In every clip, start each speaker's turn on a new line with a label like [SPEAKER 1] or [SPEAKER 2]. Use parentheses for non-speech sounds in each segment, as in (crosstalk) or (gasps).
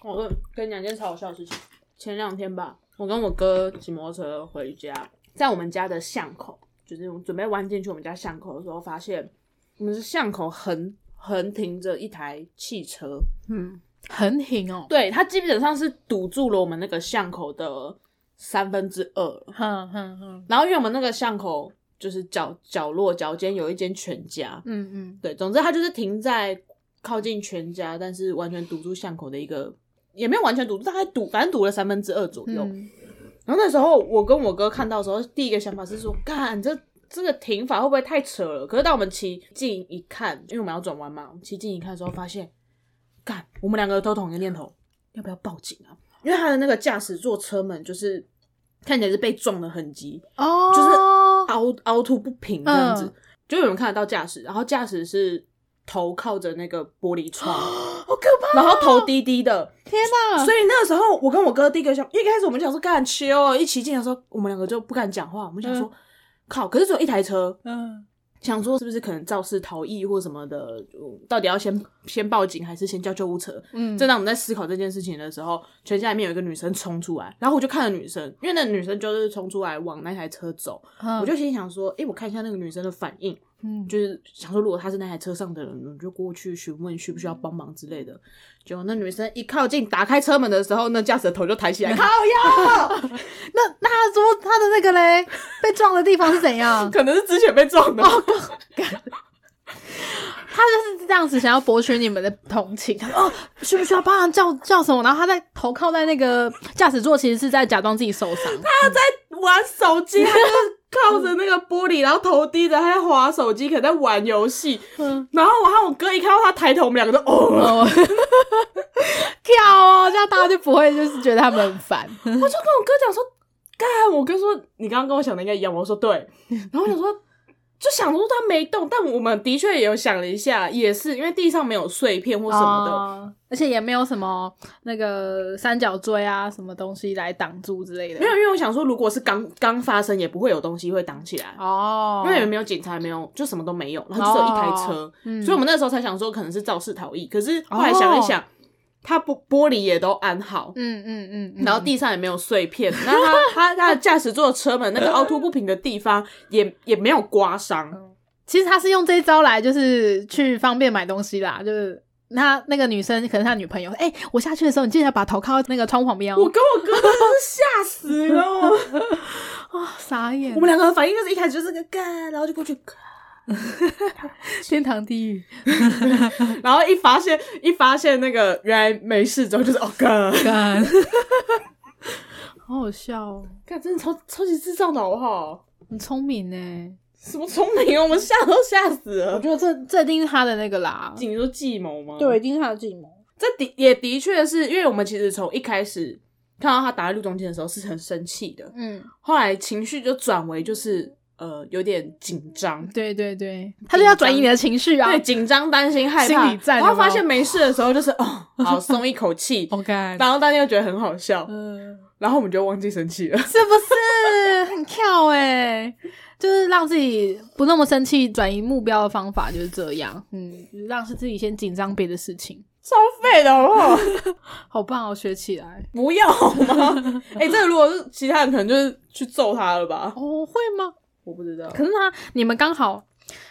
[SPEAKER 1] 我跟你讲一件超好笑的事情。前两天吧，我跟我哥骑摩托车回家，在我们家的巷口，就是我们准备弯进去我们家巷口的时候，发现我们是巷口横横停着一台汽车，
[SPEAKER 2] 嗯，很挺哦。
[SPEAKER 1] 对，它基本上是堵住了我们那个巷口的三分之二。
[SPEAKER 2] 哼哼哼，
[SPEAKER 1] 然后因为我们那个巷口就是角角落角间有一间全家，
[SPEAKER 2] 嗯嗯，
[SPEAKER 1] 对，总之它就是停在靠近全家，但是完全堵住巷口的一个，也没有完全堵住，大概堵，反正堵了三分之二左右。
[SPEAKER 2] 嗯
[SPEAKER 1] 然后那时候我跟我哥看到的时候，第一个想法是说，干这这个停法会不会太扯了？可是当我们骑近一看，因为我们要转弯嘛，我们骑近一看的时候发现，干，我们两个都同一个念头，要不要报警啊？因为他的那个驾驶座车门就是看起来是被撞的痕迹，
[SPEAKER 2] 哦，
[SPEAKER 1] 就是凹凹凸不平这样子，
[SPEAKER 2] 嗯
[SPEAKER 1] 就有人看得到驾驶，然后驾驶是头靠着那个玻璃窗，
[SPEAKER 2] (gasps) 好可怕！
[SPEAKER 1] 然后头低低的，
[SPEAKER 2] 天哪！
[SPEAKER 1] 所以那时候我跟我哥第一个想，一开始我们就想说干切哦，一起进的时候我们两个就不敢讲话，我们想说、靠，可是只有一台车，
[SPEAKER 2] 嗯，
[SPEAKER 1] 想说是不是可能肇事逃逸或什么的，嗯到底要先先报警还是先叫救护车？
[SPEAKER 2] 嗯
[SPEAKER 1] 正当我们在思考这件事情的时候，全家里面有一个女生冲出来，然后我就看了女生，因为那女生就是冲出来往那台车走，我
[SPEAKER 2] 我
[SPEAKER 1] 就心想说，诶、我看一下那个女生的反应，
[SPEAKER 2] 嗯
[SPEAKER 1] 就是想说如果她是那台车上的人，我就过去询问需不需要帮忙之类的。结果那女生一靠近，打开车门的时候，那驾驶的头就抬起来，
[SPEAKER 2] 好呀。那那他说他的那个 (laughs) 嘞，被撞的地方是怎样？哦
[SPEAKER 1] 可能是之前被撞的。
[SPEAKER 2] 他就是这样子，想要博取你们的同情。他说：“哦，需不需要帮忙叫叫什么？”然后他在头靠在那个驾驶座，其实是在假装自己受伤。
[SPEAKER 1] 玩手机，他就是靠着那个玻璃，然后头低着，他在划手机，可能在玩游戏。
[SPEAKER 2] 嗯
[SPEAKER 1] 然后我和我哥一看到他抬头，我们两个都哦，
[SPEAKER 2] (laughs) 哦，跳哦，这样大家就不会就是觉得他们很烦。
[SPEAKER 1] 我就跟我哥讲说，干，我哥说你刚刚跟我想的应该一样，我
[SPEAKER 2] (laughs)
[SPEAKER 1] 说对，然后我想说。就想说他没动，但我们的确也有想了一下，也是因为地上没有碎片或什么的，
[SPEAKER 2] 哦而且也没有什么那个三角锥啊，什么东西来挡住之类的。
[SPEAKER 1] 没有，因为我想说，如果是刚刚发生，也不会有东西会挡起来，
[SPEAKER 2] 哦，
[SPEAKER 1] 因为也没有警察，也没有就什么都没有，然后就只有一台车，
[SPEAKER 2] 嗯哦
[SPEAKER 1] 所以我们那时候才想说可能是肇事逃逸，可是后来想一想，他玻玻璃也都安好，
[SPEAKER 2] 嗯嗯嗯嗯，
[SPEAKER 1] 然后地上也没有碎片，那他他他的驾驶座车门那个凹凸不平的地方也也没有刮伤，
[SPEAKER 2] 其实他是用这一招来就是去方便买东西啦，就是。那那个女生可能他女朋友，哎、我下去的时候，你记得把头靠到那个窗户旁边哦。
[SPEAKER 1] 我跟我哥真的是吓死了，
[SPEAKER 2] 啊，傻眼！
[SPEAKER 1] (laughs) 我们两个的反应就是一开始就是个干，然后就过去干。
[SPEAKER 2] 天堂地狱，
[SPEAKER 1] 然后一发现一发现那个原来没事之后就是哦干，
[SPEAKER 2] 干， (laughs) 好好笑哦，
[SPEAKER 1] 干真的超超级智障的好不好？
[SPEAKER 2] 很聪明呢。
[SPEAKER 1] 什么聪明哦，我们吓都吓死
[SPEAKER 2] 我
[SPEAKER 1] 了。
[SPEAKER 2] 觉得这这一定是他的那个啦，
[SPEAKER 1] 你说计谋吗？，
[SPEAKER 2] 一定是他的计谋。
[SPEAKER 1] 这的也的确是因为我们其实从一开始看到他打在路中间的时候是很生气的，
[SPEAKER 2] 嗯，
[SPEAKER 1] 后来情绪就转为就是呃有点紧张，
[SPEAKER 2] 对对对，他就要转移你的情绪啊。
[SPEAKER 1] 对紧张、担心、害怕，
[SPEAKER 2] 心理战有
[SPEAKER 1] 然
[SPEAKER 2] 没有，
[SPEAKER 1] 后发现没事的时哦候就是 (laughs) 哦，好松一口气
[SPEAKER 2] ，OK，
[SPEAKER 1] 然后大家又觉得很好笑，
[SPEAKER 2] 嗯，
[SPEAKER 1] 然后我们就忘记生气了。
[SPEAKER 2] 是不是很跳哎、就是让自己不那么生气，转移目标的方法就是这样。嗯，就是让自己先紧张别的事情，
[SPEAKER 1] 超废的好不好？
[SPEAKER 2] 好棒哦，学起来。
[SPEAKER 1] (laughs) 不要好吗？ (laughs) 哎、这个如果是其他人，可能就是去揍他了吧？
[SPEAKER 2] 哦，会吗？
[SPEAKER 1] 我不知道。
[SPEAKER 2] 可是他你们刚好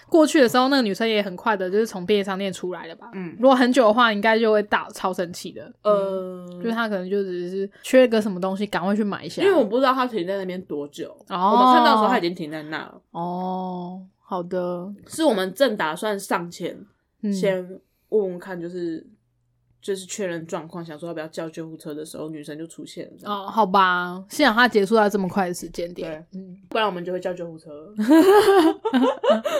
[SPEAKER 2] 过去的时候，那个女生也很快的，就是从便利商店出来了吧？
[SPEAKER 1] 嗯
[SPEAKER 2] 如果很久的话，应该就会大超生气的。嗯，
[SPEAKER 1] 呃，
[SPEAKER 2] 就是他可能就只是缺个什么东西，赶快去买一下。
[SPEAKER 1] 因为我不知道他停在那边多久，
[SPEAKER 2] 哦
[SPEAKER 1] 我们看到的时候他已经停在那了。
[SPEAKER 2] 哦，好的，
[SPEAKER 1] 是我们正打算上前、
[SPEAKER 2] 嗯，
[SPEAKER 1] 先问问看，就是就是确认状况，想说要不要叫救护车的时候，女生就出现了。
[SPEAKER 2] 哦，好吧，幸好他结束在这么快的时间点。嗯，
[SPEAKER 1] 不然我们就会叫救护车了， (laughs)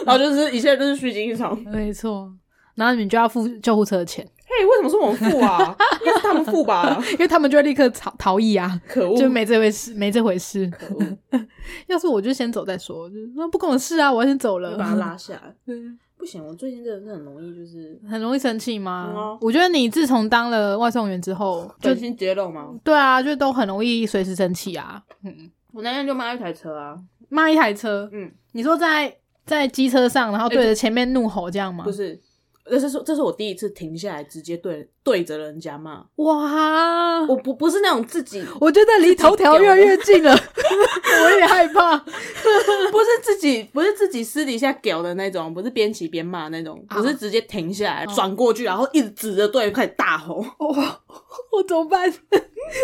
[SPEAKER 1] 然后就是一切都是虚惊一场。
[SPEAKER 2] 没错。然后你们就要付救护车的钱，
[SPEAKER 1] 嘿，为什么是我们付 (laughs) 啊？应该是他们付吧？
[SPEAKER 2] 因为他们就会立刻逃逃逸啊，
[SPEAKER 1] 可恶！
[SPEAKER 2] 就没这回事，没这回事。
[SPEAKER 1] 可恶，
[SPEAKER 2] 要是我就先走再说，就那不关我事啊，我要先走
[SPEAKER 1] 就
[SPEAKER 2] 了。
[SPEAKER 1] 把他拉下来。
[SPEAKER 2] (laughs) 对
[SPEAKER 1] 不行，我最近真的是很容易就是
[SPEAKER 2] 很容易生气吗？
[SPEAKER 1] 嗯哦
[SPEAKER 2] 我觉得你自从当了外送员之后，就
[SPEAKER 1] 本性揭露吗？
[SPEAKER 2] 对啊，就都很容易随时生气啊。
[SPEAKER 1] 我那天就骂一台车啊，
[SPEAKER 2] 骂一台车，
[SPEAKER 1] 嗯，哎
[SPEAKER 2] 你说在在机车上，然后对着前面怒吼这样吗？
[SPEAKER 1] 不是，啊这是这是我第一次停下来直接对对着人家骂，
[SPEAKER 2] 哇，
[SPEAKER 1] 我不不是那种 (laughs) 自己
[SPEAKER 2] 我觉得离头条越来越近了， (laughs) 我有点害怕。
[SPEAKER 1] 不是自己，不是自己私底下屌的那种，不是边骑边骂那种，
[SPEAKER 2] 啊
[SPEAKER 1] 不是直接停下来转过去，然后一直指着对方开始大吼。
[SPEAKER 2] 哇，我怎么办？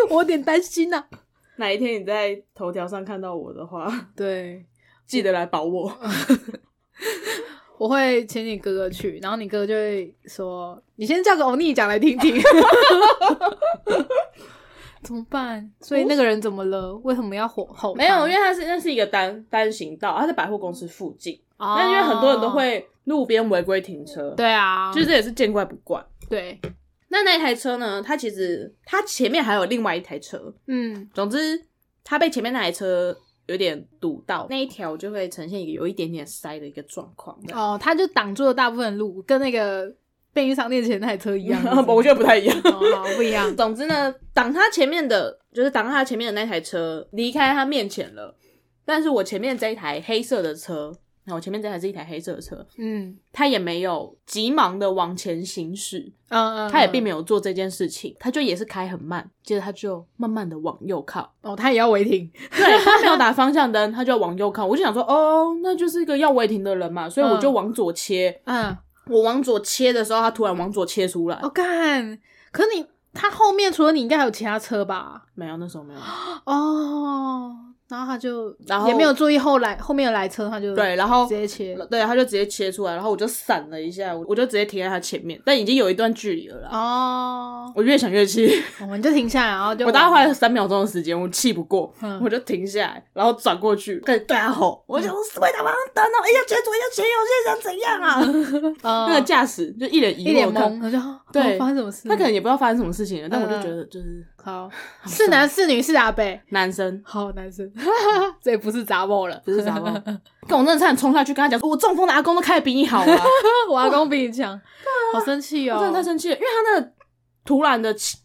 [SPEAKER 2] 我有点担心
[SPEAKER 1] 啊
[SPEAKER 2] 呐、
[SPEAKER 1] (laughs) 哪一天你在头条上看到我的话，
[SPEAKER 2] 对，
[SPEAKER 1] 记得来保我。 (laughs)
[SPEAKER 2] 我会请你哥哥去，然后你哥哥就会说：“你先叫个欧尼讲来听 (laughs) 听。”怎么办？所以那个人怎么了？为什么要吼吼他？
[SPEAKER 1] 没有，因为它是那是一个单单行道，它在百货公司附近，
[SPEAKER 2] 哦
[SPEAKER 1] 那、因为很多人都会路边违规停车，，
[SPEAKER 2] 对啊，
[SPEAKER 1] 就是这也是见怪不怪。
[SPEAKER 2] 对，
[SPEAKER 1] 那那台车呢？它其实它前面还有另外一台车，
[SPEAKER 2] 嗯
[SPEAKER 1] 总之，他被前面那台车有点堵到，那一条就会呈现一个有一点点塞的一个状况。这样。
[SPEAKER 2] 哦，他就挡住了大部分的路，跟那个便利商店前那台车一样
[SPEAKER 1] (laughs) 我觉得不太一样。
[SPEAKER 2] 得哦，好不一样。
[SPEAKER 1] 总之呢，挡他前面的，就是挡他前面的那台车离开他面前了。但是我前面这一台黑色的车，那我前面这台是一台黑色的车，
[SPEAKER 2] 嗯
[SPEAKER 1] 他也没有急忙的往前行驶，
[SPEAKER 2] 嗯嗯，
[SPEAKER 1] 他也并
[SPEAKER 2] 嗯
[SPEAKER 1] 没有做这件事情，他就也是开很慢，接着他就慢慢的往右靠， (laughs)
[SPEAKER 2] 哦，他也要违停。
[SPEAKER 1] 对他没有打方向灯，他就要往右看。我就想说，哦，那就是一个要违停的人嘛，所以我就往左切。
[SPEAKER 2] 嗯，
[SPEAKER 1] 我往左切的时候，他突然往左切出来，
[SPEAKER 2] 哦干，可是你他后面除了你应该还有其他车吧？
[SPEAKER 1] 没有，那时候没有。
[SPEAKER 2] 哦，然后他就
[SPEAKER 1] 然后
[SPEAKER 2] 也没有注意后来后面有来车，他就
[SPEAKER 1] 对，然后
[SPEAKER 2] 直接切。
[SPEAKER 1] 对，他就直接切出来，然后我就闪了一下，我我就直接停在他前面，但已经有一段距离了啦。
[SPEAKER 2] 哦，
[SPEAKER 1] 我越想越气，
[SPEAKER 2] 我们就停下来，然后就
[SPEAKER 1] 我大概花了三秒钟的时间，我气不过，
[SPEAKER 2] 嗯
[SPEAKER 1] 我就停下来，然后转过去跟对他吼，我就死鬼他妈等哦，哎呀，前左，哎呀，前右，现在想怎
[SPEAKER 2] (laughs)
[SPEAKER 1] 样啊？
[SPEAKER 2] 呃
[SPEAKER 1] 那个驾驶就一脸疑
[SPEAKER 2] 一脸
[SPEAKER 1] 惑看，
[SPEAKER 2] 懵，我就哦
[SPEAKER 1] 对
[SPEAKER 2] 发生什么事？
[SPEAKER 1] 他可能也不知道发生什么事情了，但我就
[SPEAKER 2] 嗯嗯
[SPEAKER 1] 觉得就是
[SPEAKER 2] 好是男是女是阿北，
[SPEAKER 1] 男生
[SPEAKER 2] 好男生， (laughs) 这也不是杂毛了，
[SPEAKER 1] 不是傻帽，
[SPEAKER 2] (laughs)
[SPEAKER 1] 跟我真的差点冲下去跟他讲，我中风的阿公都开的比你好啊，
[SPEAKER 2] (laughs)
[SPEAKER 1] 我
[SPEAKER 2] 我阿公比你 (laughs) 强，好生气哦
[SPEAKER 1] 真的太。生气了，因为他那个突然的起。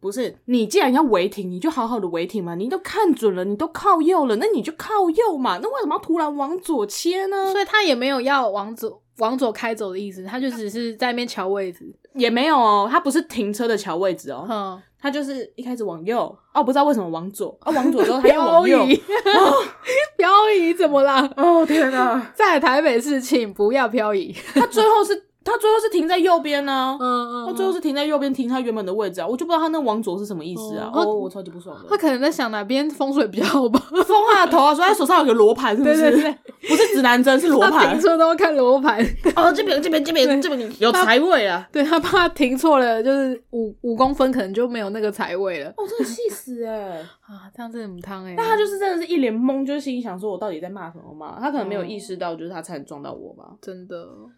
[SPEAKER 1] 不是你，既然要违停，你就好好的违停嘛。你都看准了，你都靠右了，那你就靠右嘛。那为什么要突然往左切呢？
[SPEAKER 2] 所以他也没有要往左往左开走的意思，他就只是在那边瞧位置。
[SPEAKER 1] 也没有哦，他不是停车的桥位置哦，
[SPEAKER 2] 嗯，
[SPEAKER 1] 他就是一开始往右，哦，不知道为什么往左，哦，往左之后他又
[SPEAKER 2] 漂
[SPEAKER 1] 往 (laughs) 右。
[SPEAKER 2] 移， (laughs) 漂移怎么啦？
[SPEAKER 1] 哦天哪！
[SPEAKER 2] 在台北市，请不要漂移。
[SPEAKER 1] 他最后是，他最后是停在右边呢、
[SPEAKER 2] 嗯
[SPEAKER 1] 他最后是停在右边，停他原本的位置啊，我就不知道他那往左是什么意思啊
[SPEAKER 2] 哦，
[SPEAKER 1] 我、
[SPEAKER 2] 他
[SPEAKER 1] 我超级不爽的。
[SPEAKER 2] 他可能在想哪边风水比较好吧？
[SPEAKER 1] 风化头啊，说他手上有个罗盘，是不是？
[SPEAKER 2] (laughs) 对对对
[SPEAKER 1] 不是指南针，是罗
[SPEAKER 2] 他
[SPEAKER 1] 盘
[SPEAKER 2] 停。车都要看罗盘， (laughs)
[SPEAKER 1] 哦，这边这边这边这边有财位啊！
[SPEAKER 2] 对他怕停错了，就是五五公分，可能就没有那个财位了
[SPEAKER 1] 我、哦真的气死哎、 (laughs)
[SPEAKER 2] 啊！这样真的很烫哎。
[SPEAKER 1] 但他就是真的是一脸懵，就是心里想说，我到底在骂什么骂？他可能没有意识到，就是他差点撞到我吧。
[SPEAKER 2] 真的，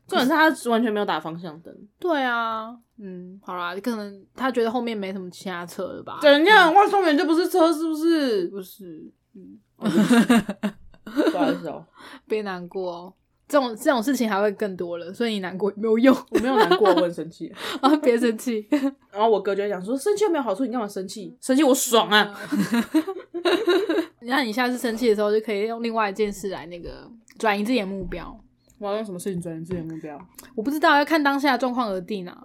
[SPEAKER 1] 重点是他完全没有打方向灯。
[SPEAKER 2] 对啊，嗯，好啦，可能他觉得后面没什么其他车了吧？
[SPEAKER 1] 怎样？外送员这不是车是不是？
[SPEAKER 2] 不是，嗯，
[SPEAKER 1] 不好意思哦，
[SPEAKER 2] 别难过哦。这种这种事情还会更多了，所以你难过也没有用 (laughs)
[SPEAKER 1] 我没有难过，我很生气。
[SPEAKER 2] 啊！别生气，
[SPEAKER 1] (laughs) 然后我哥就会讲说，生气又没有好处，你干嘛生气？生气我爽啊！
[SPEAKER 2] 那你下次生气的时候，就可以用另外一件事来那个转移自己的目标。
[SPEAKER 1] 我要用什么事情转移自己的目标？
[SPEAKER 2] 我不知道要看当下的状况而定啊。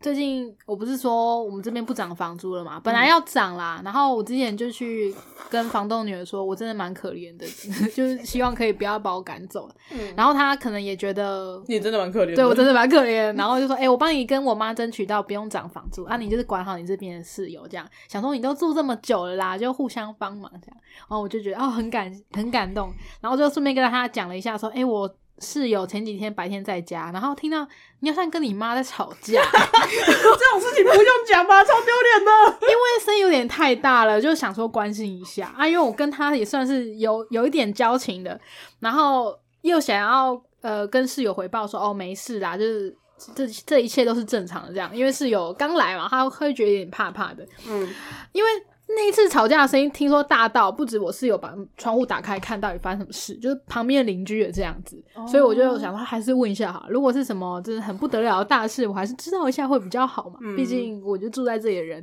[SPEAKER 2] 最近我不是说我们这边不涨房租了嘛，本来要涨啦，然后我之前就去跟房东女儿说，我真的蛮可怜的， (laughs) 就是希望可以不要把我赶走。
[SPEAKER 1] 嗯
[SPEAKER 2] 然后她可能也觉得，
[SPEAKER 1] 你真的蛮可怜的。
[SPEAKER 2] 对我真的蛮可怜的，然后就说，哎、我帮你跟我妈争取到不用涨房租啊，你就是管好你这边的室友这样。想说你都住这么久了啦，就互相帮忙这样。然后我就觉得哦，很感很感动，然后就顺便跟他讲了一下，说，哎、我室友前几天白天在家，然后听到你好像跟你妈在吵架，
[SPEAKER 1] (laughs) 这种事情不用讲吧，超丢脸的。
[SPEAKER 2] 因为声音有点太大了，就想说关心一下啊，因为我跟他也算是有有一点交情的，然后又想要呃跟室友回报说哦没事啦，就是这这一切都是正常的这样，因为室友刚来嘛，他会觉得有点怕怕的，
[SPEAKER 1] 嗯，
[SPEAKER 2] 因为那一次吵架的声音听说大到不止我室友把窗户打开看到底发生什么事，就是旁边的邻居也这样子，
[SPEAKER 1] 哦
[SPEAKER 2] 所以我就想说还是问一下哈，如果是什么真的很不得了的大事，我还是知道一下会比较好嘛，
[SPEAKER 1] 嗯
[SPEAKER 2] 毕竟我就住在这里的人。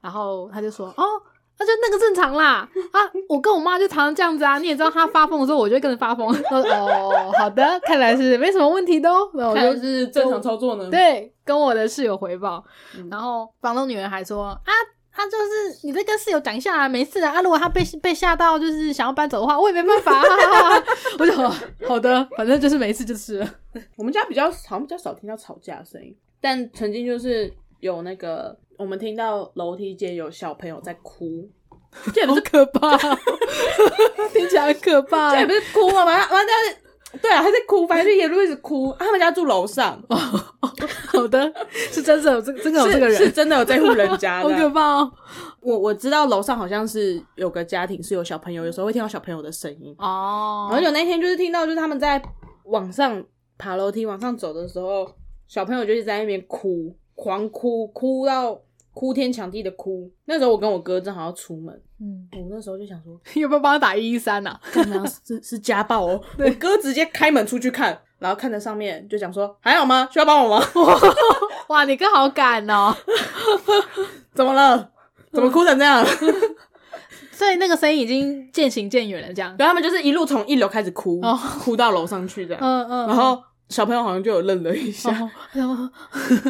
[SPEAKER 2] 然后他就说哦。他就那个正常啦 (laughs) 啊！我跟我妈就常常这样子啊，你也知道，她发疯的时候，我就会跟着发疯。 (laughs) 我说哦，好的，看来是没什么问题的哦。然后我
[SPEAKER 1] 看
[SPEAKER 2] 就
[SPEAKER 1] 来是正常操作呢。，
[SPEAKER 2] 对，跟我的室友回报，
[SPEAKER 1] 嗯
[SPEAKER 2] 然后房东女人还说啊。她就是你再跟室友讲一下啊，没事啊。啊，如果她被被吓到，就是想要搬走的话，我也没办
[SPEAKER 1] (laughs)
[SPEAKER 2] 法、啊。 (laughs) 我就哦好的，反正就是没事就是了。
[SPEAKER 1] 我们家比较好像比较少听到吵架的声音，但曾经就是有那个我们听到楼梯间有小朋友在哭，这也不
[SPEAKER 2] 好
[SPEAKER 1] 是
[SPEAKER 2] 可怕 (laughs) 哦，听起来很可怕。
[SPEAKER 1] (laughs) 这也不是哭嘛，反正反正就是对啊，他在哭，反正就一路一直哭。啊他们家住楼上，
[SPEAKER 2] 好的，是真的有这真的有这个
[SPEAKER 1] 哦是是
[SPEAKER 2] 人，
[SPEAKER 1] 真的有在乎人家 (laughs)
[SPEAKER 2] 好可
[SPEAKER 1] 的。
[SPEAKER 2] 怕哦。
[SPEAKER 1] 我我知道楼上好像是有个家庭是有小朋友，有时候会听到小朋友的声音。
[SPEAKER 2] 哦
[SPEAKER 1] 然后有那天就是听到，就是他们在往上爬楼梯往上走的时候，小朋友就是在那边哭，狂哭，哭到哭天抢地的哭。那时候我跟我哥正好要出门，哎
[SPEAKER 2] 嗯，
[SPEAKER 1] 我那时候就想说，
[SPEAKER 2] 有没有帮他打一一三啊呐？
[SPEAKER 1] 干嘛是是家暴哦？我哥直接开门出去看，然后看着上面就讲说，还好吗？需要帮我吗？ (laughs)
[SPEAKER 2] 哇，你哥好敢哦！
[SPEAKER 1] 怎么了？怎么哭成这样？ (laughs)
[SPEAKER 2] 所以那个声音已经渐行渐远了，这样。
[SPEAKER 1] 然后他们就是一路从一楼开始哭，
[SPEAKER 2] 哦
[SPEAKER 1] 哭到楼上去这
[SPEAKER 2] (laughs)
[SPEAKER 1] 样。
[SPEAKER 2] 嗯嗯，
[SPEAKER 1] 然后小朋友好像就有愣了一下，
[SPEAKER 2] 哦然后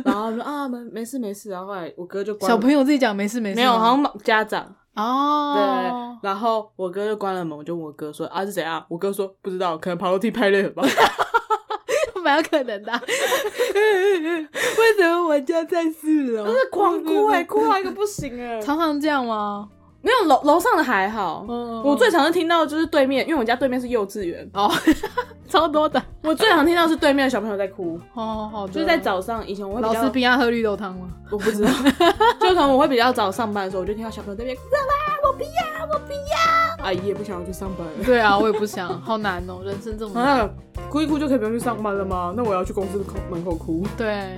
[SPEAKER 1] 然后说啊没没事没事。然后后来我哥就关
[SPEAKER 2] 小
[SPEAKER 1] 了
[SPEAKER 2] 朋友自己讲没事没事
[SPEAKER 1] 没
[SPEAKER 2] 吗，
[SPEAKER 1] 有，好像家长对。
[SPEAKER 2] 哦，
[SPEAKER 1] 然后我哥就关了门，我就问我哥说啊是怎样？我哥说不知道，可能爬楼梯拍累了 (laughs) 吧。
[SPEAKER 2] (laughs) 蛮有可能的啊。为什么我家在四楼？
[SPEAKER 1] 狂哭哎、哭到一个不行哎、
[SPEAKER 2] 常常这样吗？
[SPEAKER 1] 没有楼楼上的还好，
[SPEAKER 2] 嗯
[SPEAKER 1] 我最常是听到就是对面，因为我家对面是幼稚园， (laughs)
[SPEAKER 2] 哦，超多的
[SPEAKER 1] 我最常听到是对面的小朋友在哭，
[SPEAKER 2] 哦，好的
[SPEAKER 1] 就是在早上以前我会比
[SPEAKER 2] 老
[SPEAKER 1] 较
[SPEAKER 2] 师逼他喝绿豆汤吗？
[SPEAKER 1] (laughs) 我不 (laughs) 知道，就可能我会比较早上班的时候，我就听到小朋友在那边哭妈妈，我不要，我不要，阿姨啊也不想要去上班了。
[SPEAKER 2] 对啊，我也不想，好难
[SPEAKER 1] 啊
[SPEAKER 2] 哦，人生这么难。
[SPEAKER 1] 啊，哭一哭就可以不用去上班了吗？那我要去公司口门口哭。
[SPEAKER 2] 对，